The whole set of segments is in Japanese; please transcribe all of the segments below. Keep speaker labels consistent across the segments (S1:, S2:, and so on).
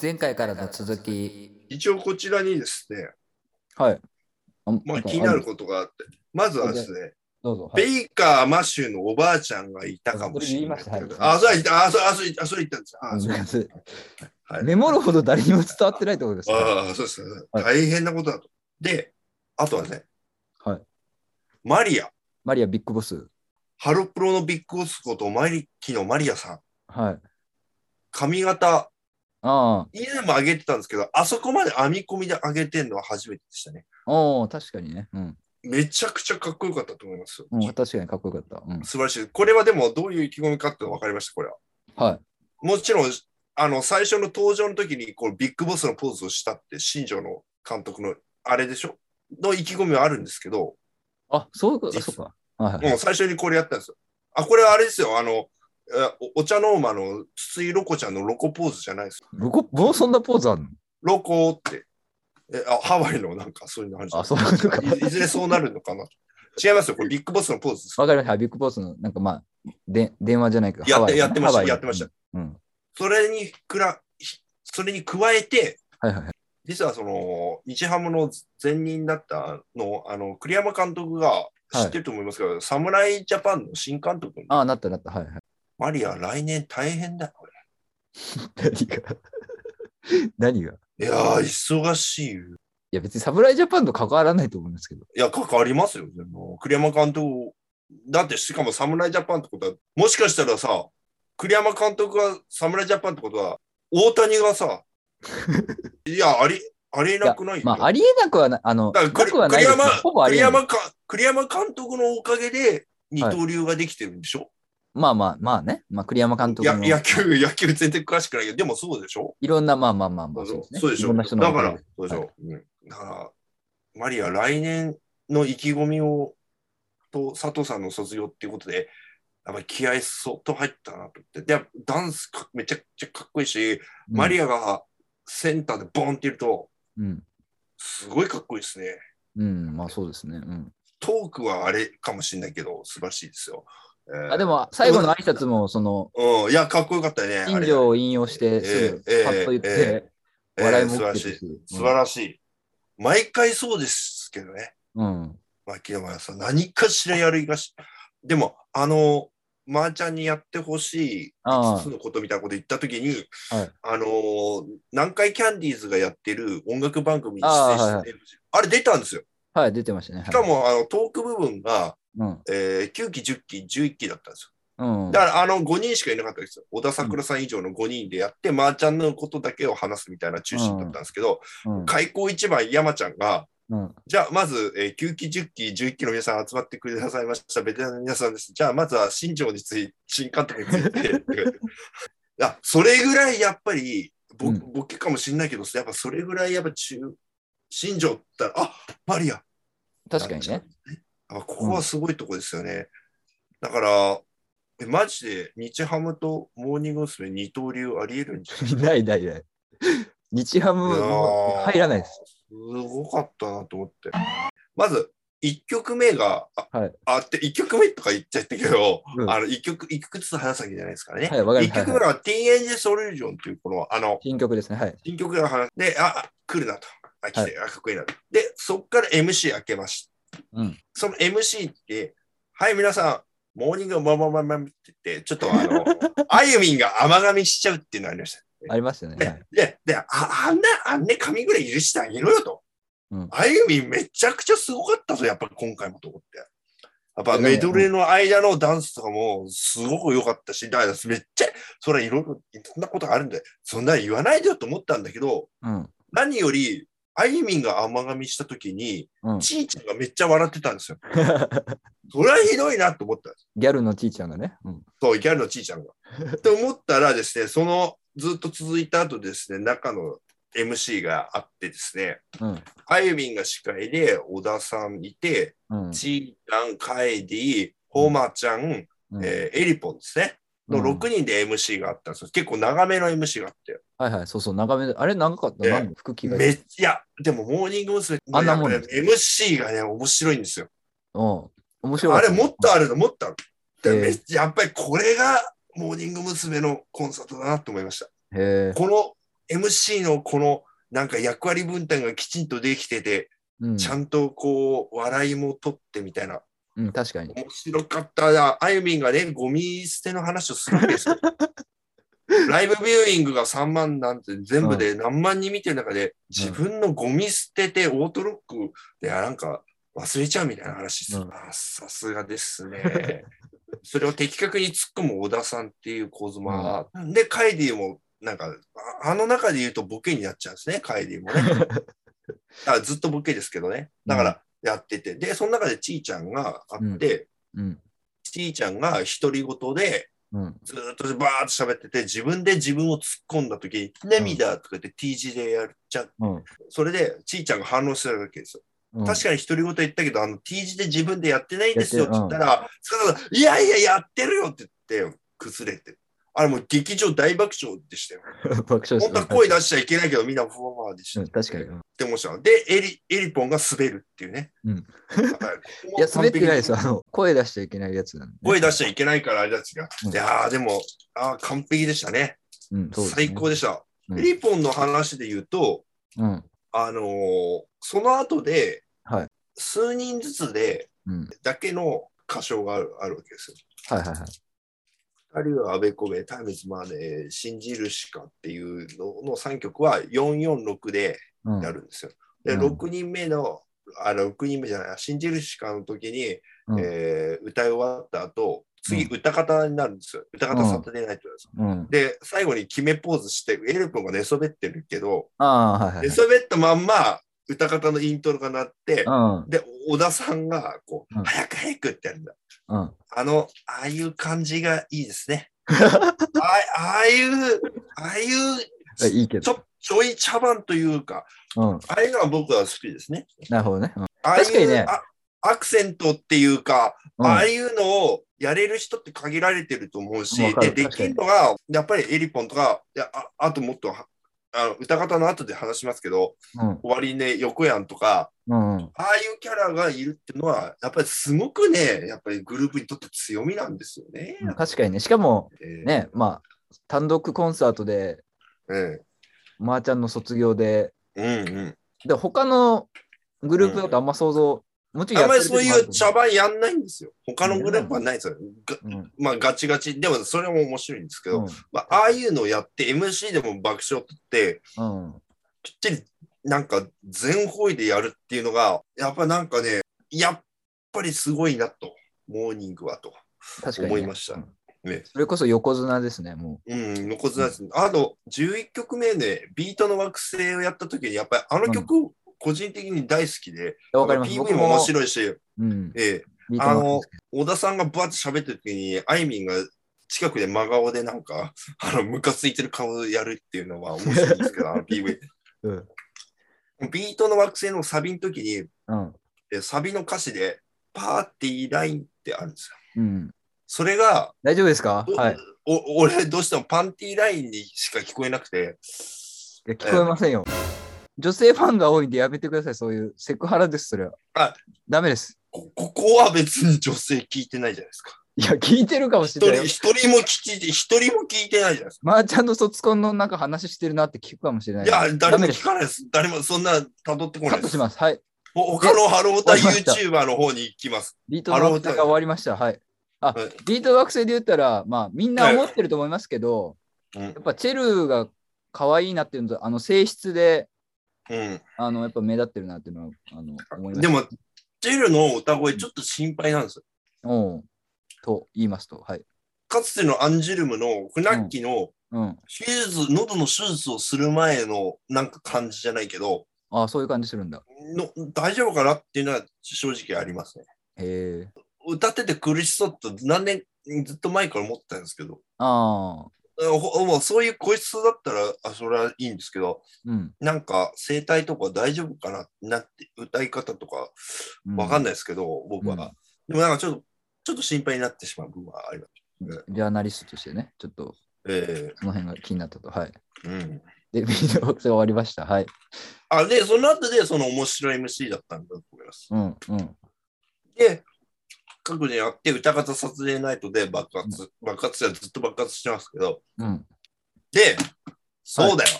S1: 前回からの続き。
S2: 一応こちらにですね、
S1: はい。
S2: まあ、気になることがあって、まずはですね、
S1: どうぞ。はい
S2: ベイカー・マシューのおばあちゃんがいたかもしれない。
S1: それ言いましたはい
S2: あ、そう言った、あ、そう、あ、そう言った、あそう言ったんです。あ、そうはい
S1: メモるほど誰にも伝わってないってことですか
S2: ああ、そうです、ね
S1: はい
S2: 大変なことだと。で、あとはね、
S1: はい
S2: マリア、
S1: マリアビッグボス。
S2: ハロプロのビッグオスことマリキのマリアさん、
S1: はい。
S2: 髪型、
S1: あ
S2: 以前も上げてたんですけど、あそこまで編み込みで上げてんのは初めてでしたね。
S1: あ、おお確かにね。うん。
S2: めちゃくちゃかっこよかったと思いますよ。
S1: うん、確かにかっこよかった。うん。
S2: 素晴らしい。これはでもどういう意気込みかって分かりました、これは。
S1: はい。
S2: もちろん、あの、最初の登場の時に、こう、ビッグボスのポーズをしたって、新庄の監督の、あれでしょの意気込みはあるんですけど、
S1: あ、そういうこと
S2: 実
S1: そうか。はいはい。
S2: もう最初にこれやったんですよ。あ、これはあれですよ、あの、えおお茶の間の筒井ロコちゃんのロコポーズじゃないですよ。
S1: ロコ、もうそんなポーズあるの
S2: ロコって、えあハワイのなんかそういうのあるじゃ
S1: あ、
S2: ん
S1: そういうことか。
S2: いいずれそうなるのかな。違いますよ、これビッグボスのポーズです。
S1: わかりました。ビッグボスの、なんかまあ、で電話じゃないけど、
S2: や
S1: ハ
S2: って
S1: ワイ
S2: やってました
S1: ハワイ
S2: やってました。
S1: うん。
S2: それにくら、それに加えて、
S1: はいはいはい。
S2: 実はその日ハムの前任だったのあの栗山監督が知ってると思いますけど、侍ジャパンの新監督に
S1: ああ、なったなった。はいはい。
S2: マリア来年大変だよ。
S1: 何が 何がい
S2: いやー、忙しいよ。
S1: や、別に侍ジャパンと関わらないと思いますけど。
S2: いや、関わりますよ、でも栗山監督。だって、しかも侍ジャパンってことは、もしかしたらさ、栗山監督が侍ジャパンってことは、大谷がさ、いや、あり、ありえなくないよ
S1: まあ、ありえなくはな、あの、
S2: だから
S1: な
S2: 栗
S1: くはないで
S2: 栗
S1: すけ
S2: 山
S1: どほぼあり
S2: 栗
S1: えない。
S2: 山か栗山監督のおかげで二刀流ができてるんでしょ、
S1: まあまあ、まあね。まあ、栗山監督
S2: や
S1: の
S2: 野球、野球全然詳しくないけど、でもそうでしょ
S1: いろんな、まあまあまあまあ、
S2: そう
S1: ね
S2: でし
S1: い
S2: ょ
S1: ろんな
S2: だ
S1: 人の
S2: か
S1: お
S2: ら
S1: かげで、
S2: そうでしょ、うんだから、マリア、来年の意気込みを、と佐藤さんの卒業っていうことで、やっぱり気合いそっと入ったなと思って。で、ダンスかめちゃくちゃかっこいいし、マリアがセンターでボンっていると、
S1: うん。
S2: すごいかっこいいですね。
S1: うん、うんまあそうですね。うん。
S2: トークはあれかもしれないけど、素晴らしいですよ。えー
S1: あでも、最後の挨拶も、その、
S2: うん、いや、かっこよかったね。
S1: 新庄を引用して、すぐ、
S2: ええ
S1: パッと言っ
S2: え
S1: て、
S2: あれ
S1: 笑いも
S2: えー素晴ら
S1: 起
S2: し
S1: きてる
S2: い。
S1: し。
S2: 素晴らしい。毎回そうですけどね。
S1: うん。
S2: 牧山さん、何かしらやる気がし。でも、あの、まー、ちゃんにやってほしい
S1: ああ
S2: 5つのことみたいなこと言ったときに、
S1: はい
S2: あのー、南海キャンディーズがやってる音楽番組に出
S1: ああ
S2: 演してて、
S1: はい
S2: あれ出たんですよ。
S1: はい、出てましたね。はい
S2: しかも、あの、トーク部分が、
S1: うん。
S2: えー9期、10期、11期だったんですよ。
S1: うん。
S2: だからあの5人しかいなかったですよ。小田桜さん以上の5人でやって、まー、ちゃんのことだけを話すみたいな中心だったんですけど、
S1: うん
S2: 開口一番山ちゃんが、
S1: うん。
S2: じゃあまず、えー9期、10期、11期の皆さん集まってくださいました、ベテランの皆さんです。じゃあまずは新庄について、新監督についてとか言って。あそれぐらいやっぱり、ぼ
S1: うん
S2: ボケかもしれないけど、やっぱそれぐらいやっぱ中、新庄って言ったら、あマリア
S1: 確かにね。。
S2: あここはすごいとこですよね。だから、えマジで日ハムとモーニング娘。二刀流ありえるんじゃない
S1: ないないない。日ハム
S2: いや
S1: も
S2: ー
S1: 入らないです。
S2: すごかったなと思って。まず、1曲目が、あ,、
S1: はい
S2: あって1曲目とか言っちゃったけど、
S1: うん
S2: あの1曲、一曲ずつ話すわけじゃないですからね。
S1: はいわかり
S2: 1
S1: ました
S2: 曲目は Teenage Solution という、この、あの、
S1: 新曲ですね。はい。
S2: 新曲の話で、あ、あ来るなと。あ、来て、あ、かっこいいなと。で、そっから MC 開けました。
S1: うん。
S2: その MC って、はい、皆さん、モーニングママママって言って、ちょっと あの、あゆみんが甘噛みしちゃうっていうのありました。
S1: ありましたね。はい。
S2: で、で、ああんな、あんね髪ぐらい許してあげろよと
S1: うん。
S2: あゆみんめちゃくちゃすごかったぞ、やっぱり今回もと思って。やっぱ
S1: いやで
S2: メ
S1: も
S2: ドレーの間のダンスとかもすごく良かったし、だからめっちゃ、それはいろいろ、いろんなことがあるんで、そんな言わないでよと思ったんだけど、
S1: うん。
S2: 何より、あゆみんが甘噛みしたときに、
S1: うん
S2: ちいちゃんがめっちゃ笑ってたんですよ。それはひどいなと思ったんです。
S1: ギャルのちいちゃんがね。うん。
S2: そう、ギャルのちいち ゃんが。って思ったらですね、そのずっと続いた後ですね、中の MC があってですね、
S1: うん。
S2: あゆみんが司会で小田さんいて、
S1: うん。
S2: ちいちゃん、かえり、ほまちゃん、
S1: うん
S2: えーえりぽんですね。の
S1: うん
S2: 6人で MC があったんですよ。結構長めの MC があって。
S1: はいはい、そうそう、長めで。あれ、長かった。
S2: ええ
S1: なんで服着替
S2: め
S1: え
S2: っちゃ、でもモーニング娘。
S1: あんなもん
S2: やっぱり MC がね、面白いんですよ。
S1: うん。面白い。
S2: あれもっとあるの、もっとある。で
S1: えー
S2: めっちゃやっぱりこれがモーニング娘。のコンサートだなと思いました。
S1: へえ。
S2: この MC のこのなんか役割分担がきちんとできてて、
S1: うん、
S2: ちゃんとこう笑いも取ってみたいな
S1: うん、確かに。
S2: 面白かったなあゆみんがねゴミ捨ての話をする んですよライブビューイングが3万なんて全部で何万人見てる中で、自分のゴミ捨ててオートロックであなんか忘れちゃうみたいな話する、
S1: うん
S2: あさすがです ねそれを的確に突っ込む小田さんっていう小妻が、でカイディもなんかああの中で言うとボケになっちゃうんですねカイディもね あずっとボケですけどねだからやってて、でその中でちーちゃんがあって、
S1: うん。
S2: ちーちゃんが独り言で
S1: うん。
S2: ずーっとバーッと喋ってて自分で自分を突っ込んだ時に「涙」とか言って T 字でやっちゃう
S1: うん。
S2: それでちーちゃんが反応してるわけですよ、
S1: うん、
S2: 確かに独り言言ったけどあの T 字で自分でやってないんですよ
S1: や
S2: って
S1: って
S2: 言ったら塚田さんいやいややってるよ」って言って崩れてあれもう劇場大爆笑でしたよ
S1: 爆笑
S2: 本当は声出しちゃいけないけどみんなふわわでした、
S1: うん確かに。
S2: っ
S1: うん
S2: て思いましたでエリエリポンが滑るっていうね、
S1: うんい
S2: い
S1: や、滑って ないです。あの、声出しちゃいけないやつなんで。
S2: 声出しちゃいけないからあれですが、
S1: うん
S2: いやーでもあー完璧でしたね
S1: うん、そうですね
S2: 最高でした、
S1: うん
S2: リポンの話で言うと
S1: うん。
S2: あのーその後で、
S1: はい
S2: 数人ずつで
S1: うん。
S2: だけの歌唱があるあるわけですよ
S1: はいはいはい。
S2: 二人はあべこべ、タイムズマネー、信じるしかっていうのの3曲は446で
S1: うん。
S2: やるんですよ。で、
S1: うん
S2: 6人目の、あの、6人目じゃない、信じるしかの時に、
S1: うん
S2: えー歌い終わった後、次、
S1: う
S2: 歌方になるんですよ。歌方サタデーナイトなんですよ。
S1: うん。
S2: で、最後に決めポーズして、エルポンが寝そべってるけど、
S1: ああ、はいはい
S2: 寝そべったまんま、歌方のイントロが鳴って、
S1: はい。
S2: で、小田さんが、こう、
S1: うん
S2: 早く早くってやるんだ。
S1: うん。うん。
S2: あの、ああいう感じがいいです ね。あああいう、ああいう、
S1: えいいけ
S2: ち
S1: ど。
S2: ょ、ちょい茶番というか、
S1: うん。
S2: ああいうのは僕は好きですね。
S1: なるほどね。うん
S2: ああいう
S1: 確かにね
S2: あアクセントっていうか、
S1: うん
S2: ああいうのをやれる人って限られてると思うし、
S1: わか
S2: で
S1: る
S2: できるのが、やっぱりエリポンとか、いやああともっとはあの歌方の後で話しますけど、
S1: うん。
S2: 終わりね、横やんとか、
S1: うん。うん
S2: ああいうキャラがいるっていうのは、やっぱりすごくね、やっぱりグループにとって強みなんですよね。
S1: 確かにね。しかも、
S2: えー
S1: ね、まあ、単独コンサートで、
S2: え
S1: まーちゃんの卒業で、
S2: えうんうん。
S1: で、他のグループだとあんま想像、もちろん
S2: あんま
S1: や
S2: り
S1: ってる
S2: そう
S1: 時も
S2: い
S1: る
S2: う茶番やんないんですよ。他のグループはないですよ。が
S1: と思う。
S2: まあガチガチ。でもそれも面白いんですけ
S1: う
S2: ど、
S1: ん。
S2: まあ、ああいうのをやって MC でも爆笑取って
S1: うん。うん
S2: きっちりなんか全方位でやるっていうのがやっぱなんかねやっぱりすごいなとモーニングはと。
S1: 確かにね。
S2: 思いました
S1: うん
S2: ね
S1: それこそ横綱ですね、も
S2: うん、残ずです、あの11曲目ねビートの惑星をやった時にやっぱりあの曲個人的に大好きで、
S1: う。わかります。
S2: PV も面白いし、
S1: うん。
S2: ええ
S1: ビート
S2: あ
S1: マ
S2: の小田さんがバーッと喋ってる時にあいみんが近くで真顔でなんかあのムカついてる顔をやるっていうのは面白いんですけどあの PV
S1: うん。
S2: ビートの惑星のサビの時に、
S1: うん。
S2: えサビの歌詞で、パーティーラインってあるんですよ。
S1: うん。
S2: それが、
S1: 大丈夫ですか
S2: お
S1: はい。い
S2: お俺、どうしてもパンティーラインにしか聞こえなくて、
S1: や聞こえませんよ。女性ファンが多いんでやめてください、そういう。セクハラです、それは。
S2: あ
S1: ダメです。
S2: こここは別に女性聞いてないじゃないですか。
S1: いや、聞いてるかもし
S2: 一
S1: れ
S2: 人
S1: ないよ。
S2: 一人も聞いて、一人も聞いてないじゃないですか。
S1: まー、ちゃんの卒コンのなんか話してるなって聞くかもしれないい。
S2: や、誰
S1: ダ
S2: も
S1: メです
S2: 聞。かないです。誰もそんな辿ってこ
S1: カ
S2: ない
S1: ッ
S2: で
S1: トし
S2: す。
S1: ます。はい。
S2: ほ他のハロータ
S1: わかりまし
S2: YouTuber の方に行きます。
S1: ビートの惑星が終わりました。はい。あ
S2: はい、
S1: ビートの惑星で言ったら、まあ、みんな思ってると思いますけど、
S2: うん
S1: やっぱチェルが可愛いなっていうのと、あの性質で、
S2: う
S1: あの、やっぱ目立ってるなっていうのは、あの、思い
S2: ん。
S1: ま。
S2: ですも、ジェルの歌声ちょっと心配なんですよ
S1: おうと言いますと、はい。
S2: かつてのアンジュルムのフナッキの
S1: うん。
S2: 手術、喉の手術をする前のなんか感じじゃないけど、
S1: ああ、そういう感じするんだ。
S2: の大丈夫かなっていうのは正直ありますね。
S1: へえ。
S2: 歌ってて苦しそうって何年ずっと前から思ってたんですけど、
S1: ああ、
S2: あほもうそういう個室だったらあそれはいいんですけど、
S1: うん。
S2: なんか声帯とか大丈夫かななって歌い方とかわかんないですけど、僕は。
S1: うん
S2: でもなんかちょっとちょっと心配になってしまう部分はあります。
S1: うんジャーナリストとしてね、ちょっと
S2: え
S1: その辺が気になったと。はい。
S2: えうん
S1: で、ビートボックスが終わりました。はい。
S2: あで、その後でその面白い MC だったんだと思います。
S1: うん、うん。
S2: で、各自やって、歌方撮影ナイトで爆発、爆発はずっと爆発してますけど、
S1: うん。
S2: で、そうだよ、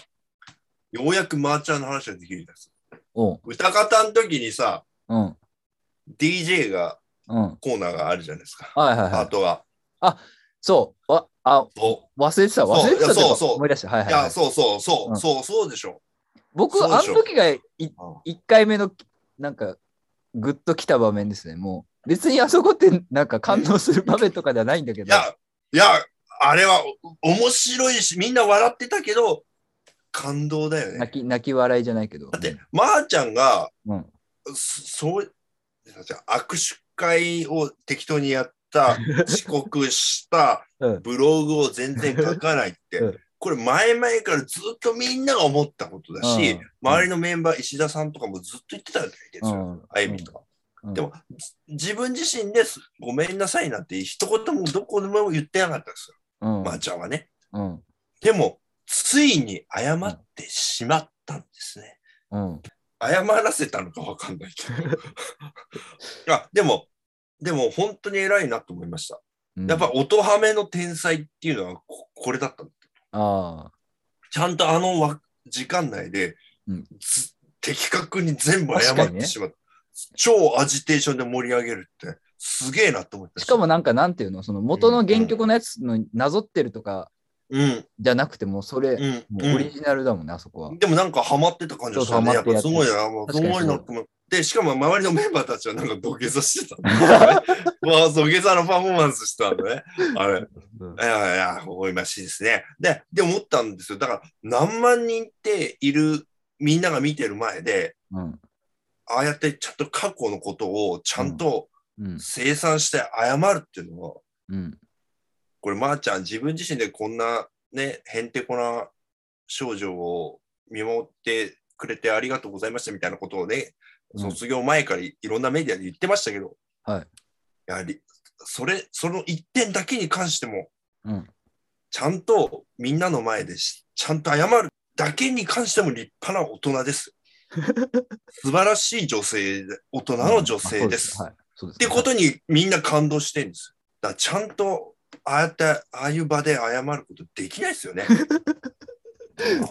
S2: ようやくマーチャーの話ができるんです。
S1: おう。
S2: 歌方の時にさ、
S1: うん。
S2: DJ が
S1: うん。はい
S2: コーナーがあるじゃないですか。
S1: はいは
S2: あ
S1: い。
S2: とは、
S1: そう。あ、あ、
S2: そ
S1: 忘れてた。忘れてたというか。
S2: そうそう
S1: 思い出した。はいは
S2: う。い
S1: い、は
S2: や、
S1: い。
S2: そうそうそうう、
S1: ん
S2: そうそうでしょ。
S1: 僕、
S2: そ
S1: あ
S2: うで
S1: の
S2: しょ
S1: 時がい
S2: うん
S1: 1回目の、なんか、グッときた場面ですね。もう、別にあそこって、なんか感動する場面とかではないんだけ
S2: い
S1: ど。
S2: や、いや、あれはお面白いし、みんな笑ってたけど、感動だよね。
S1: 泣き、泣き笑いじゃないけど。
S2: だって、まー、ちゃんが、
S1: うん。
S2: そそう、じゃあ握手会を適当にや った、遅刻した
S1: うん、
S2: ブログを全然書かないって、
S1: うん
S2: これ前々からずっとみんなが思ったことだし、
S1: うん
S2: 周りのメンバー、石田さんとかもずっと言ってたわけですよ。
S1: うん。
S2: あゆみとか。
S1: うん
S2: でも、じ自分自身です、ごめんなさいなんて一言もどこでも言ってなかったですよ。
S1: うん。
S2: まー、ちゃんはね。
S1: うん。
S2: でも、ついに謝ってしまったんですね。
S1: うん。
S2: 謝らせたのかわかんないけど。 あでも、でも本当に偉いなと思いました。
S1: うん
S2: やっぱ、音ハメの天才っていうのはここれだったの。
S1: ああ。
S2: ちゃんとあのわ時間内で、
S1: うん
S2: ず的確に全部謝
S1: 確か
S2: っ
S1: にね
S2: てしまった。超アジテーションで盛り上げるって、すげえなと思った。
S1: しかも、なんか、なんていうの、その元の原曲のやつのなぞってるとか
S2: うん、
S1: じゃなくても、それ、
S2: うん、
S1: もうオリ
S2: う
S1: ジナルだもんね、あそこは
S2: ん。。でもなんかハマってた感じがした
S1: そうそ
S2: ね。
S1: うハマ
S2: や
S1: っ
S2: って
S1: や
S2: ぱ
S1: って
S2: す
S1: る
S2: ごいな、もうすごいなと思って、しかも周りのメンバーたちはなんか土下座してたん だよね。わあ、土下座のパフォーマンスしたんだね。あれ。
S1: うん
S2: いやいや、微笑ましいですね。で、で思ったんですよ。だから、何万人っている、みんなが見てる前で、
S1: うん。
S2: ああやってちゃんと過去のことをちゃんと
S1: うん。
S2: 清算して謝るっていうのは、
S1: うん。
S2: これ、まー、ちゃん、自分自身でこんなね、へんてこな少女を見守ってくれてありがとうございましたみたいなことをね、
S1: うん
S2: 卒業前からいいろんなメディアで言ってましたけど、
S1: はい
S2: やはり、それ、その一点だけに関しても、
S1: うん
S2: ちゃんとみんなの前でしちゃんと謝るだけに関しても立派な大 人です。素晴らしい女性で、大人の女性です。
S1: あそうですはい。そうです
S2: ってことにみんな感動してるんです。だからちゃんと、ああやって、ああいう場で謝ることできないですよね。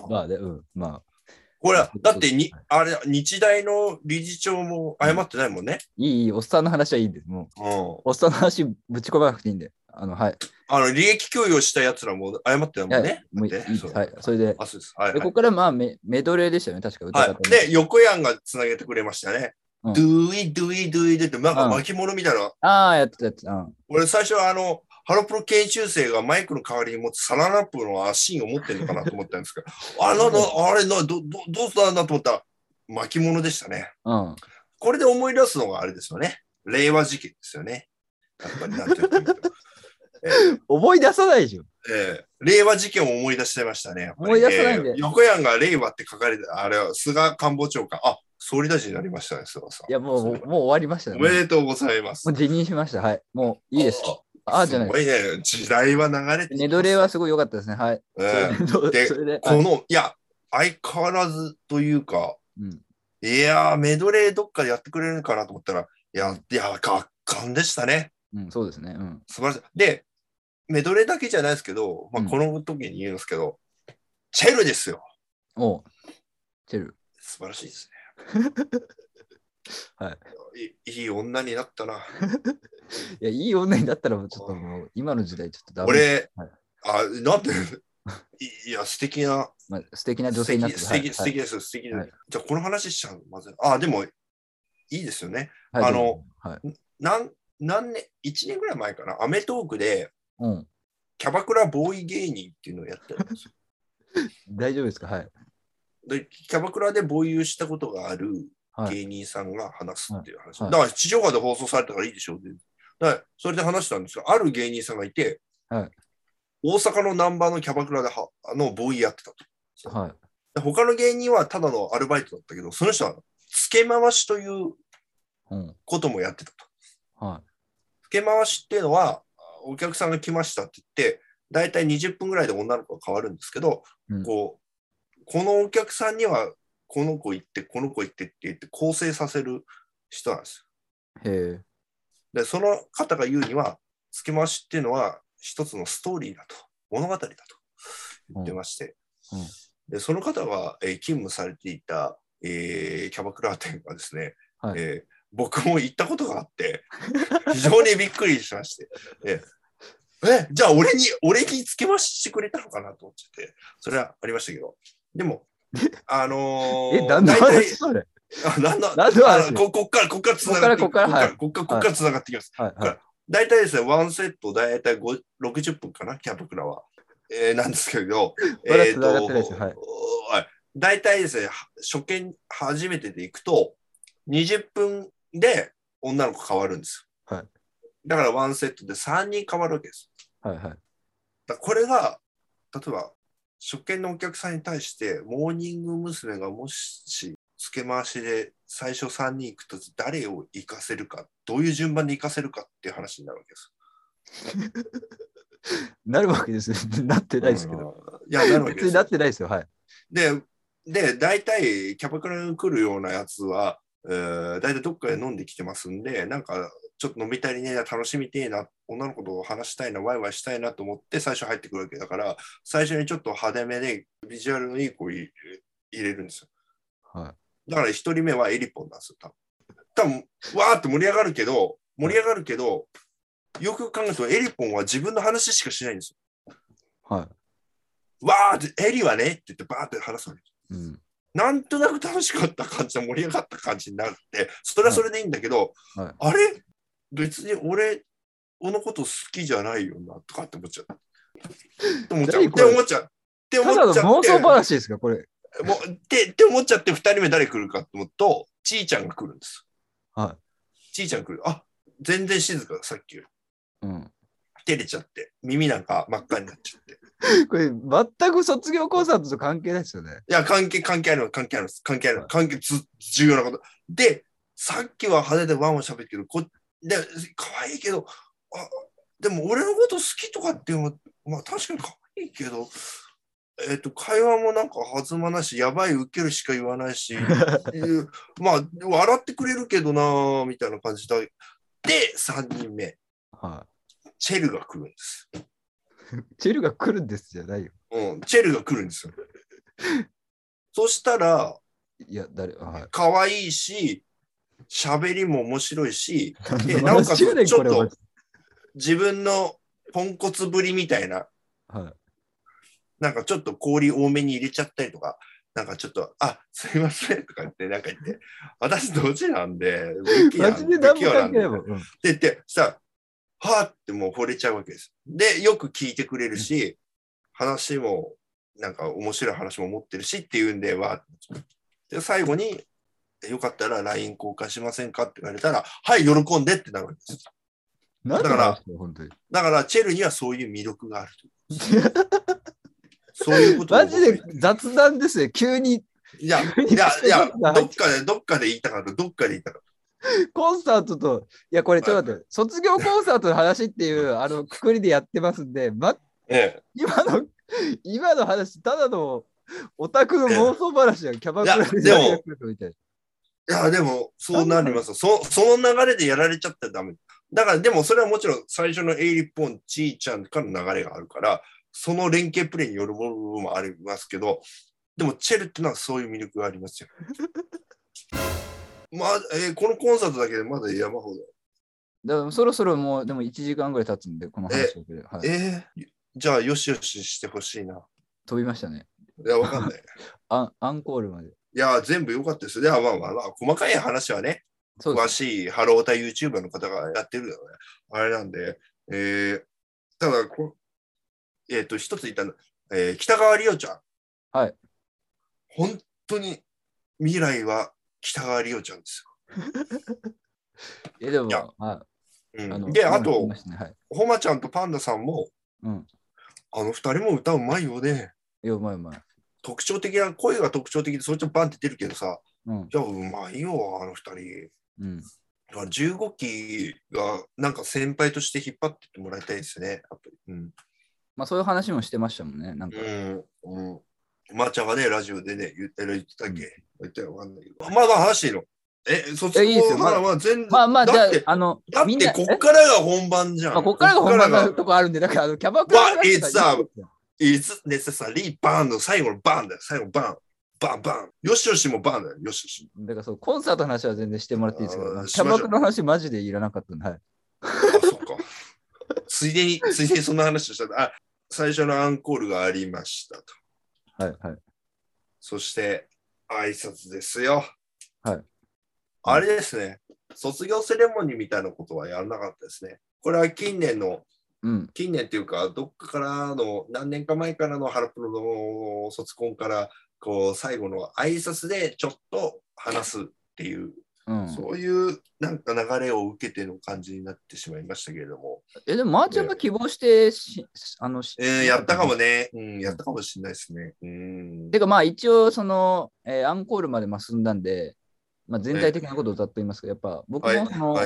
S1: まあね、うん。まあ、
S2: これは、だってに
S1: は、
S2: あれ、日大の理事長も謝ってないもんね。
S1: いい、いい、おっさんの話はいいんです。もう、
S2: うん。
S1: おっさんの話ぶち込まなくていいんで。あの、はい。
S2: あの、利益共有したやつらも謝ってないもんね。
S1: もういい
S2: だ
S1: い
S2: っ
S1: い
S2: て
S1: です。
S2: そう
S1: はい。それで、
S2: あ、そうです。は
S1: で
S2: い、
S1: こ
S2: はい
S1: こからまあメメドレーでしたよね、確か歌方
S2: は
S1: の。
S2: い。で、横山がつなげてくれましたね。
S1: うん
S2: ドゥイドゥイドゥイでって、なん
S1: う
S2: か
S1: ん
S2: 巻物みたいな。
S1: ああ、やってたやってた。うん
S2: 俺、最初はあの、ハロプロ研修生がマイクの代わりに持つサランラップの芯を持ってるのかなと思ったんですけど、 あの、なあれな、ど、ど、どうしたんだと思ったら、巻物でしたね。
S1: うん。
S2: これで思い出すのがあれですよね。令和事件ですよね。やっぱりなんていう かええ
S1: 思い出さないでしょ。
S2: ええ令和事件を思い出してましたね。やっぱり
S1: 思い出さないで
S2: ええ横山が令和って書かれて、あれは菅官房長官、あ、総理大臣になりましたね、菅さん。
S1: いや、もう、も
S2: そうれは
S1: もう終わりましたね。
S2: お
S1: も
S2: めでとうございます
S1: う。辞任しました。はい。もういいです。ああ、じゃない
S2: す。ごいね。時代は流れて
S1: メドレーはすごい良かったですね。はい。
S2: ええ
S1: それで、
S2: で
S1: それで
S2: この、いや、相変わらずというか、
S1: うん
S2: いやー、メドレーどっかでやってくれるかなと思ったら、いや、いや、圧巻でしたね。
S1: うん、そうですね。うん。
S2: 素晴らしい。で、メドレーだけじゃないですけど、まあ、
S1: うん
S2: この時に言うんですけど、チェルですよ。
S1: おう。チェル。
S2: 素晴らしいですね。、
S1: はい
S2: いいい女になったな。
S1: いや、いい女になったら、ちょっともう、今の時代ちょっとダメ。
S2: 俺、
S1: はい
S2: あ、なんで、いいや、素敵な、
S1: まあ、素敵な女
S2: 素
S1: 性になっ
S2: 敵、
S1: て
S2: 素
S1: はい
S2: 敵、素敵です、素敵です。
S1: はい
S2: じゃあ、この話しちゃう、まず。あ、でも、いいですよね。
S1: はい
S2: あの、
S1: はい。
S2: なん何年、1年ぐらい前かな、アメトーークで、
S1: うん。
S2: キャバクラボーイ芸人っていうのをやってるんですよ。
S1: 大丈夫ですかはい。
S2: で、キャバクラでボーイをしたことがある
S1: はい。
S2: 芸人さんが話すっていう話。
S1: はい
S2: だから、地上波で放送されたからいいでしょうね。だからそれで話したんですが、ある芸人さんがいて、
S1: はい
S2: 大阪のナンバーのキャバクラではあのボーイやってたと。
S1: はい。
S2: で他の芸人はただのアルバイトだったけど、その人は付け回しという
S1: うん。
S2: こともやってたと。
S1: は
S2: 付け回しっていうのは、お客さんが来ましたって言って、だいたい20分ぐらいで女の子が変わるんですけど、
S1: うん
S2: こう、このお客さんには、この子行って、この子行ってって言って構成させる人なんです
S1: い。へえ。
S2: よ。で、その方が言うには、付け回しっていうのは一つのストーリーだと、物語だと言ってまして、
S1: うんうん
S2: でその方が、えー勤務されていた、えーキャバクラ店がですね、
S1: はい
S2: えー僕も行ったことがあって、 非常にびっくりしまして、ええじゃあ俺に、俺につけましてくれたのかなと思ってて、それはありましたけど、でも、あのー
S1: え、何の
S2: 大体
S1: 話それ
S2: あ何の
S1: 何の
S2: あ
S1: 話
S2: のここっから、こっからつながっていく
S1: こっからこっからはい
S2: こっから、こっからつながってきます。
S1: はいはい。
S2: 大体ですね、ワンセット、大体ご60分かな、キャンプクラは。えー、なんです けど、
S1: まだ
S2: えー
S1: 繋がってないですよはい
S2: はい大体ですね、は初見、初めてで行くと、20分で女の子変わるんですよ。
S1: はい
S2: だからワンセットで3人変わるわけです。
S1: はいはい。
S2: だからこれが、例えば、初見のお客さんに対して、モーニング娘。がもし、付け回しで最初3人行くと、誰を行かせるか、どういう順番で行かせるかっていう話になるわけです。
S1: なるわけですね。 なってないですけど。
S2: いや、なるわけ
S1: 別に
S2: です
S1: な
S2: よ
S1: ってないですよ。はい。
S2: で、で、大体、キャバクラに来るようなやつは、えー、大体どっかで飲んできてますんで、なんか、ちょっと飲みたりねえな、楽しみてえな、女の子と話したいな、ワイワイしたいなと思って最初入ってくるわけだから、最初にちょっと派手めで、ビジュアルのいい子を入入れるんですよ。
S1: は
S2: だから一人目はエリポンなんですよ、多分。多分わーって盛り上がるけど、盛り上がるけど、よくよく考えると、エリポンは自分の話しかしないんです
S1: い。
S2: よ
S1: は
S2: わーって、エリはねって言ってバーって話すわけ。
S1: い。うん。
S2: なんとなく楽しかった感じで盛り上がった感じになるって、それはそれでいいんだけど、
S1: はいはい
S2: あれ別に俺、このこと好きじゃないよなとかって思っちゃう。って思っちゃう。
S1: 何
S2: っ
S1: こ
S2: て
S1: れ
S2: 思っちゃう。って
S1: た
S2: 思っ
S1: だの
S2: ちゃ
S1: 妄
S2: って
S1: 想話ですか、これ。
S2: もうってって思っちゃって、2人目誰来るかと思うと、ちいちゃんが来るんです。
S1: は
S2: ちいちゃん来る。あ全然静かだ、さっきより。
S1: い。うん。
S2: 照れちゃって、耳なんか真っ赤になっちゃって。
S1: これ、全く卒業コンサートと関係ないですよね。
S2: いや、関係、関係あるの、関係あるんです。関係あるの、関係ず、重要なこと。で、さっきは派手でワンワン喋ってるけど、こで、可愛いけど、あ、でも俺のこと好きとかっていうのは、まあ確かに可愛いけど、えっ、と、会話もなんか弾まないし、やばい、ウケるしか言わないし、いうまあ、笑ってくれるけどなぁ、みたいな感じだ。で、3人目、
S1: は
S2: チェルが来るんです。
S1: い。チェルが来るんですじゃないよ。
S2: うん、チェルが来るんですよ。そしたら、
S1: いや、誰 はい。
S2: 可愛いし、喋りも面白いし、でな
S1: 何
S2: お
S1: の
S2: か
S1: 話やね
S2: つ
S1: ん
S2: ちょ
S1: こ
S2: っ
S1: れは
S2: と自分のポンコツぶりみたいな、
S1: はい。
S2: なんかちょっと氷多めに入れちゃったりとか、なんかちょっと、あ、すいませんとか言って、なんか言って、私どっちな んで、不器用
S1: マ
S2: なん
S1: ジで
S2: で不
S1: 何
S2: 器
S1: も
S2: 用な
S1: 関
S2: ん
S1: 係
S2: で
S1: な
S2: っ
S1: いもん。うん
S2: て言って、さ、はーってもう惚れちゃうわけです。で、よく聞いてくれるし、話も、なんか面白い話も持ってるしっていうんで、わーってで、最後に、よかったら LINE 交換しませんかって言われたら、はい、喜んでってなるわけです。
S1: 何の話だよ、本当に。
S2: だから、チェルにはそういう魅力があるという。そういうことを
S1: マジで雑談ですね。急に
S2: いや、い や、いや、どっかで、どっかで言いたかった、どっかで言いたかっ
S1: コンサートと、いや、これちょっと待って、卒業コンサートの話っていう、あの、くくりでやってますんで、ま、
S2: た。え
S1: 今の、今の話、ただのオタクの妄想話やん、キャバクラで
S2: いやでも
S1: やるみたい
S2: え。いや、でも、そうなります。そその流れでやられちゃったらダメ。だから、でも、それはもちろん、最初のエイリポン、ちーちゃんからの流れがあるから、その連携プレーによる部分もありますけど、でも、チェルってのはそういう魅力がありま すよ。まあ、えーこのコンサートだけでまだ山ほど。
S1: な。でもそろそろもう、でも1時間ぐらい経つんで、この話だけで、はい、
S2: えーじゃあ、よしよししてほしいな。
S1: 飛びましたね。
S2: いや、わか んない。
S1: アンアンコールまで。
S2: いや、全部良かったですよ。では、まあまあまあ、細かい話はね、
S1: そうで
S2: 詳
S1: す。
S2: しいハロータ YouTuber の方がやってるよね。あれなんで、えー、ただこ、えっ、と、一つ言ったの、えー北川里央ちゃん。
S1: はい。
S2: 本当に未来は北川里央ちゃんです
S1: いや、でも、
S2: いや
S1: は
S2: よ。
S1: い、
S2: うんで、あ
S1: 飛び
S2: と
S1: ま、したねはい、
S2: ほまちゃんとパンダさんも、
S1: うん。
S2: あの二人も歌うまいよね。
S1: いや、うまいうまい。
S2: 特徴的な、声が特徴的で、そっちもバンって出るけどさ、
S1: うん。
S2: じゃあうまいよ、あの二人。
S1: うん。
S2: だから15期がなんか先輩として引っ張ってってもらいたいですね。やっぱりうん。
S1: まあ、そういう話もしてましたもんね。なんか、
S2: うん。うん。まー、ちゃんがね、ラジオでね、言って言ってたっけ、言ったよ、わかんないけど。まあまあ話していいの。え、卒
S1: いやいいです
S2: 業
S1: よ
S2: まあまあ全然。
S1: まあまあ、じゃ
S2: だ
S1: あ
S2: って、、
S1: あの、
S2: だっ
S1: みんな
S2: てこっからが本番じゃん。
S1: まあ、こっからが本番
S2: こっ
S1: の
S2: からが
S1: とこあるんで、だからあのキャバクラの話とか
S2: まあいつさ
S1: いいですよ
S2: is necessary バーンの最後のバーンだよ。最後のバーン。バンバン。よしよしもバーンだよ。よしよし。
S1: だからそう、コンサートの話は全然してもらっていいですけ
S2: あー
S1: ど、
S2: し
S1: キャ
S2: ましょう
S1: バクラの話マジでいらなかったんで、はい。
S2: あ、そ っか。ついでに、ついでにそんな話をしたら、あ、最初のアンコールがありましたと。
S1: はい、はい。
S2: そして、挨拶ですよ。
S1: はい。
S2: あれですね。卒業セレモニーみたいなことはやらなかったですね。これは近年の、
S1: うん。
S2: 近年というか、どっかからの、何年か前からのハロプロの卒コンから、こう、最後の挨拶でちょっと話すっていう、
S1: うん、
S2: そういうなんか流れを受けての感じになってしまいましたけれども、
S1: えでも、マーチャンが希望してし、あの、し
S2: えーやったかもね、うん、やったかもしれないですね。うん。
S1: てかまあ一応その、えーアンコールまでまあ進んだんで、まあ、全体的なことをざっと言いますけど、やっぱ僕
S2: はい、
S1: もその、
S2: はい。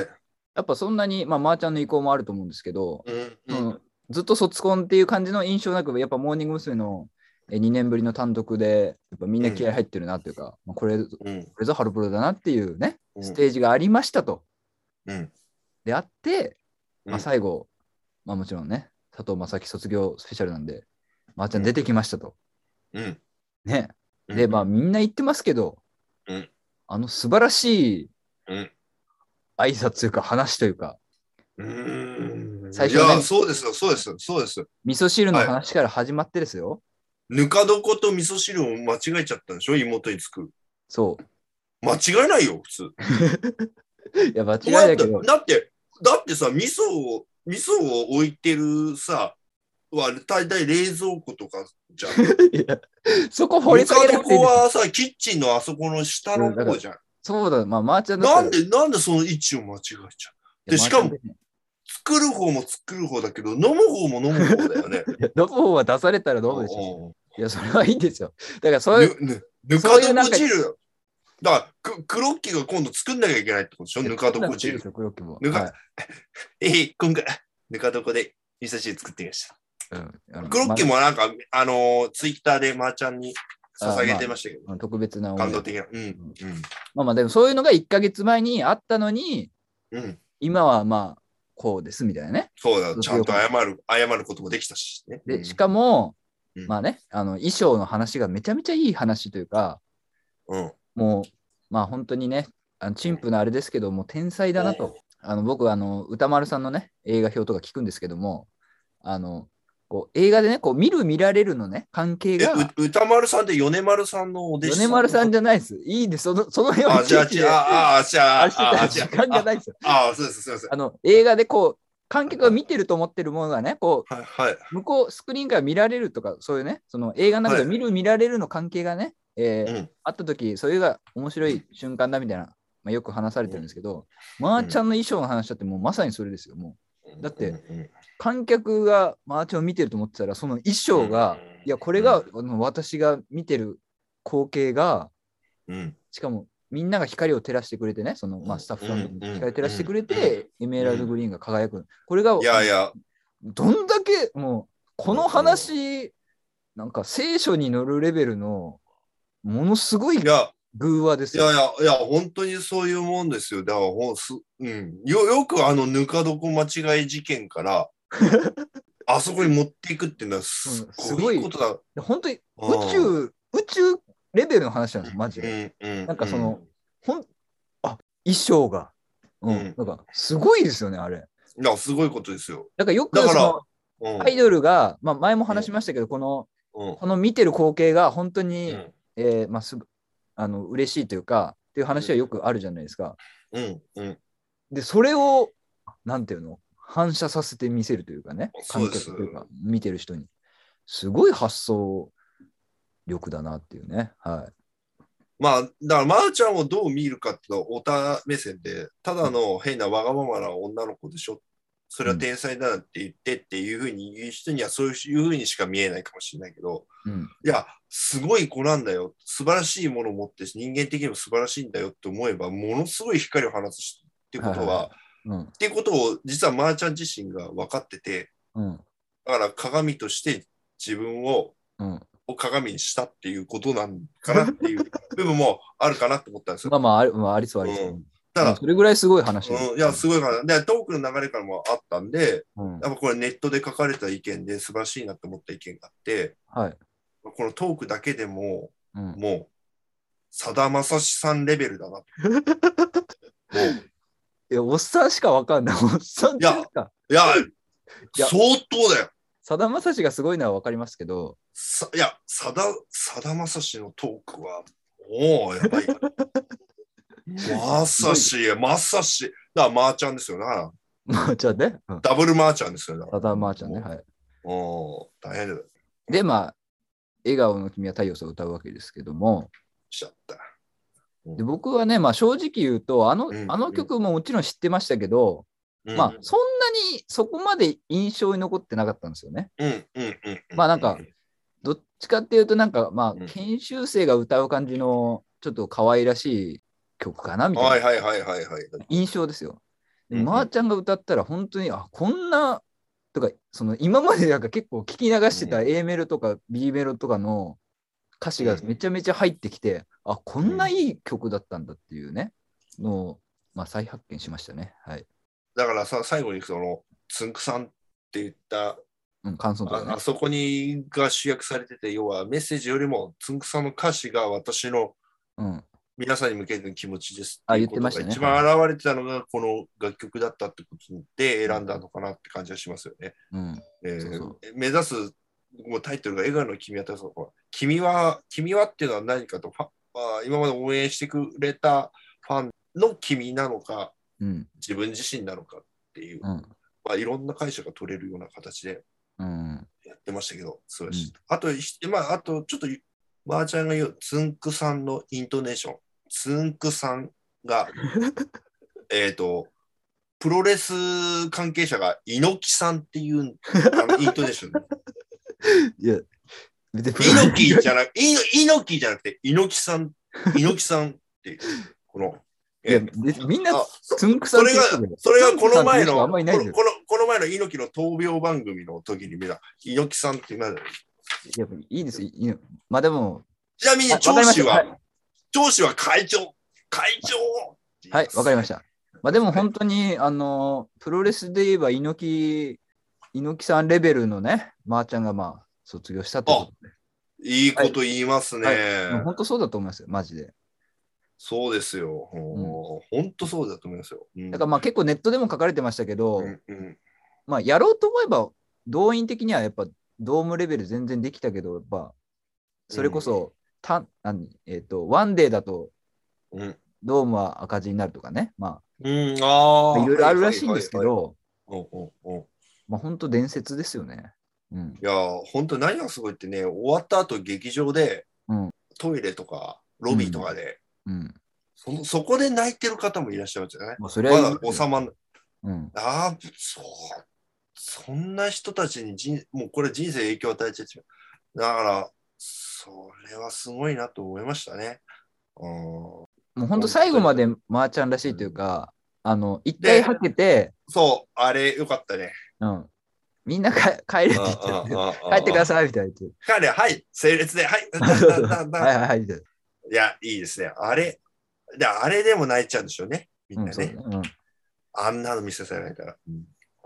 S1: やっぱそんなに、まあ、マーちゃんの意向もあると思うんですけど、
S2: うん、
S1: う
S2: うん
S1: ん、ずっと卒コンっていう感じの印象なく、やっぱモーニング娘。の2年ぶりの単独で、やっぱみんな気合入ってるなというか、まあ、これこ
S2: うん、
S1: れぞハロプロだなっていうね、
S2: うん
S1: ステージがありましたと。
S2: うん
S1: であって、ま
S2: う
S1: あ、
S2: ん
S1: 最後、まあ、もちろんね、佐藤正樹卒業スペシャルなんで、マーちゃん出てきましたと。
S2: うん。
S1: ね、で、まあ、みんな言ってますけど、
S2: うん
S1: あの素晴らしい
S2: うん
S1: 挨拶というか話というか、
S2: うーん
S1: 最初
S2: い
S1: ね
S2: や、そうですよ、そうですよ、そうですよ。
S1: 味噌汁の話から始まってですよ。
S2: ぬか床と味噌汁を間違えちゃったんでしょ妹につく。
S1: そ
S2: 間違えないよ、普通。
S1: う。いや、間違い
S2: だ
S1: だ
S2: って
S1: けど、
S2: だって、だってさ、味噌を、味噌を置いてるさ、は大体冷蔵庫とかじゃん。ぬ
S1: いやそこ 掘り下
S2: か
S1: げなくていい
S2: 床
S1: んです
S2: はさ、キッチンのあそこの下の方じゃん。
S1: そうだ、まあ、まーちゃんだったら
S2: なんで、なんでその位置を間違えちゃ
S1: い
S2: う
S1: や
S2: でしかも
S1: まーちゃんね
S2: 作る方も作る方だけど、飲む方も飲む方だ よね。
S1: いやどこは出されたらどうでしょう。いや、それはいいんですよ。だから、そういう、
S2: ぬぬぬか
S1: そういうなん
S2: 床
S1: か
S2: 汁。だからク、クロッキーが今度作んなきゃいけないってことでしょぬか床汁。
S1: 食欲も。
S2: ぬか
S1: はい
S2: ええ今回、ぬか床で味噌汁作ってきました。
S1: うんあの
S2: クロッキーもなんか、あのー、ツイッターでまーちゃんに捧げてましたけど、
S1: まあ特別な思い
S2: 感動的な。うん。
S1: まあまあ、でもそういうのが1ヶ月前にあったのに、
S2: うん。うん。
S1: 今はまあ、こうですみたいなね。
S2: そうだ、ちゃんと謝る、謝ることもできたし、ね。
S1: で、しかも、
S2: うん
S1: まあね、あの衣装の話がめちゃめちゃいい話というか、
S2: うん。
S1: もう、まあ本当にね、あの陳腐なあれですけど、もう天才だなと。あの僕、あの歌丸さんのね、映画表とか聞くんですけども、あの、こう映画でね、こう見る見られるのね、関係
S2: え、
S1: が、
S2: う歌丸さんって米丸さんのお弟子
S1: 米丸さん
S2: じ
S1: じゃないです。いいです。そのその辺
S2: ゃ
S1: は
S2: あ、じゃあ、
S1: いちい
S2: じ
S1: ち
S2: ゃあ、ああ、じゃあ、
S1: あ
S2: あ
S1: れしてたら
S2: あ、
S1: 時
S2: じゃ
S1: 間じゃないですよ。
S2: あ、あ、そうです、すみません。
S1: あの映画でこう、観客が見てると思ってるものがね、こう、
S2: はい、はい。
S1: 向こうスクリーンから見られるとかそういうねその映画の中で
S2: はい
S1: 見る、見られるの関係がね、えー
S2: うん
S1: あった時それが面白い瞬間だみたいな、まあ、よく話されてるんですけど、まーちゃんの衣装の話だってもうまさにそれですよもだって
S2: うんうん
S1: う観客がまーちゃんを見てると思ってたらその衣装が、いやこれが、あの私が見てる光景が
S2: うん、
S1: しかもみんなが光を照らしてくれてねその、まあ、スタッフさんが光を照らしてくれて、エメラルドグリーンが輝くこれが
S2: いやいや、
S1: どんだけもうこの話なんか聖書に載るレベルのものすごい
S2: いや、
S1: 偶話です
S2: いや
S1: よ。
S2: いや、いや、本当にそういうもんですよ。だから、ほんす、うん。よ、よくあの、ぬか床間違い事 件から、あそこに持っていくっていうのは、すっごいことだ。
S1: 本当に
S2: うん
S1: 宇宙宇宙レベルの話なんですマジで。
S2: うん、うん。
S1: なんかその、ほんあ衣装が、うん
S2: うん
S1: なんかすごいですよねあれ。
S2: うん、いや、すごいことですよ。
S1: だからよく
S2: だから
S1: そ
S2: うん。
S1: のアイドルが、まあ、前も話しましたけど、この
S2: うん。
S1: この見てる光景が本当
S2: う
S1: に、
S2: ん。
S1: えーまあ、すあの嬉しいというかっていう話はよくあるじゃないですか。
S2: うん。うん。
S1: で、それを、なんていうの反射させて見せるというかね、
S2: そうです
S1: 観客というか、見てる人に。すごい発想力だなっていうね。は
S2: まあ、だから、まーちゃんをどう見るかっていうのは、オタ目線で、ただの変なわがままな女の子でしょ。それは天才だって言ってっていうふうに言う人には、そういうふうにしか見えないかもしれないけど、
S1: い。うん。
S2: いや、すごい子なんだよ。素晴らしいものを持って、人間的にも素晴らしいんだよって思えば、ものすごい光を放つし、ってこと
S1: は
S2: は、
S1: いはいうん。
S2: ってことを、実はまーちゃん自身が分かってて、
S1: うん。
S2: だから鏡として自分を、
S1: うん、
S2: を鏡にしたっていうことなんかなっていう部分もあるかなと思ったんですよ。
S1: まあまああり、まあ、ありそうありそう。
S2: うだから
S1: それぐらいすごい話です。
S2: うん、いや、すごいから、で、トークの流れからもあったんで、
S1: うん
S2: やっぱこれネットで書かれた意見で素晴らしいなと思った意見があって、
S1: はい。
S2: このトークだけでも、
S1: うん
S2: もう、さだまさしさんレベル だな。もう
S1: いや、おっさんしかわかんない。お っさんっていうか、
S2: いや、
S1: や
S2: 相当だよ。
S1: さだまさしがすごいのはわかりますけど、
S2: さいや、さだ、さだまさしのトークは、おお、やばい。ま さし、まさし、だから、まーちゃんですよな。
S1: まあ、じゃあね、うん
S2: ダブルまーちゃんですよな。
S1: さだまーちゃんね。はい。
S2: おー大変だよ。
S1: で、まあ、笑顔の君は太陽さんを歌うわけですけども、
S2: しちゃった。
S1: で僕はね、まあ、正直言うとあの、
S2: うん
S1: あの曲ももちろん知ってましたけど、
S2: うん
S1: まあ、そんなにそこまで印象に残ってなかったんですよね。
S2: うんうんうんう
S1: まあなんかどっちかっていうと、なんか、ま
S2: う
S1: あ、
S2: ん
S1: 研修生が歌う感じの、ちょっと可愛らしい曲かなみた
S2: はいい
S1: な
S2: はいはいはいはい。
S1: 印象ですよ。
S2: うんうん
S1: まーちゃんが歌ったら、本当に、あ、こんな、とか、その今までなんか結構聞き流してた
S2: う
S1: A メロとか B メロとかの歌詞が
S2: うん
S1: めちゃめちゃ入ってきて、あ、こんないい曲だったんだっていうね、のを、まあ、再発見しましたね。はい。
S2: だからさ、最後にその、つんくさんって言った、
S1: うん、感想とか
S2: あ
S1: ね
S2: あ。そこにが主役されてて、要はメッセージよりも、つんくさんの歌詞が私の
S1: うん。
S2: 皆さんに向けての気持ちです
S1: あ
S2: いうこと
S1: 言
S2: が
S1: ってましたね
S2: 一番現れてたのが、この楽曲だったってことで選んだのかなって感じがしますよね。
S1: うん。
S2: えー
S1: そうそう
S2: 目指すもうタイトルが「笑顔の君は」そこ君は君はっていうのは何かとファンあー今まで応援してくれたファンの君なのか
S1: うん。
S2: 自分自身なのかっていう、
S1: うん。
S2: まあ、いろんな解釈が取れるような形で
S1: うん。
S2: やってましたけどそうし、あと、ひまあ、あとちょっとばあちゃんが言うつんくさんのイントネーションつんくさん がえっとプロレス関係者が猪木さんっていうあのイントネーション
S1: いや、別に
S2: 猪木じゃなく、いの猪木じゃなくて、猪木さん、猪木さんっていう、この、
S1: いや、別みんな
S2: あ
S1: つんくさん
S2: そ
S1: って言
S2: れが
S1: ってたけど、
S2: それがこの
S1: つんくさんってい
S2: 前の、
S1: う人あん
S2: この
S1: まりないですよ
S2: このこの前の猪木の闘病番組の時に見た、猪木さんってなる。
S1: いやいいですよ。いいのまあでも、
S2: ちなみに、
S1: あ
S2: 長
S1: わかりまし
S2: 州
S1: た
S2: は、
S1: はい
S2: 長州は会長、会長って言
S1: はい
S2: ま、す
S1: わかりました。まあでも本当に、あの、プロレスで言えば猪木、猪木さんレベルのね、まー、ちゃんがまあ卒業したというこ
S2: いいこと言いますね。
S1: はとで、もう本当そうだと思いますよ、マジで。
S2: そうですよ。本当そうだと思いますよ。うん
S1: だからまあ結構ネットでも書かれてましたけど、
S2: うんうん
S1: まあやろうと思えば、動員的にはやっぱドームレベル全然できたけど、やっぱ、それこそ、た何えっ、と、ワンデーだと
S2: うん
S1: ドームは赤字になるとかね、ま
S2: うん、あ
S1: あ、
S2: あ。
S1: いろいろあるらしいんですけ
S2: はは
S1: ど、
S2: いはい。うんうんうん
S1: まあ本当伝説ですよね。うん。
S2: いやー、本当何がすごいってね、終わった後劇場で、
S1: うん
S2: トイレとかロビーとかで、
S1: うん。
S2: その、そこで泣いてる方もいらっしゃるんじゃない
S1: まあそれ
S2: ま
S1: は
S2: だ、収まんない。
S1: うん。
S2: ああ、そう。そんな人たちに人、もうこれ人生影響を与えちゃってる。だから、それはすごいなと思いましたね。うん
S1: もう本当最後までまーちゃんらしいというか、あの、一回はけて、
S2: そう、あれよかったね。
S1: うん。みんな か帰れって言っちゃって、帰ってくだ
S2: さ
S1: さい
S2: い。
S1: みたいな言って。
S2: 彼、はい、整列で、はい、だんだんだ んだん
S1: はいはいはいみたい
S2: いや、いいですね。あれ、であれでも泣いちゃうんでしょうね。みん
S1: な。う
S2: な
S1: ん、
S2: ね。
S1: そうだね。うん。
S2: あんなの見せされないから。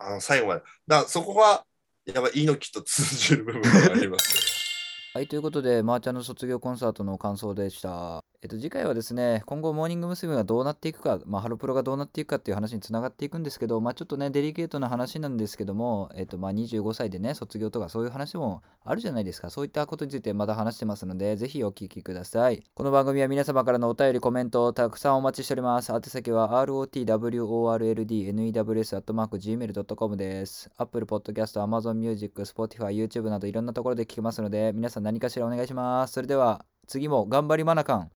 S2: あの最後まで。だからそこは、やっぱ猪木と通じる部分があります。
S1: はい、ということで、まーちゃんの卒業コンサートの感想でした。えっと、次回はですね、今後、モーニング娘。がどうなっていくか、まあ、ハロプロがどうなっていくかっていう話につながっていくんですけど、まあ、ちょっとね、デリケートな話なんですけども、えっと、まあ、25歳でね、卒業とかそういう話もあるじゃないですか。そういったことについてまた話してますので、ぜひお聞きください。この番組は皆様からのお便り、コメントをたくさんお待ちしております。宛先は rotworldnews.gmail.com です。Apple Podcast、Amazon Music、Spotify、YouTube などいろんなところで聞けますので、皆さん何かしらお願いします。それでは、次も頑張りマナカン。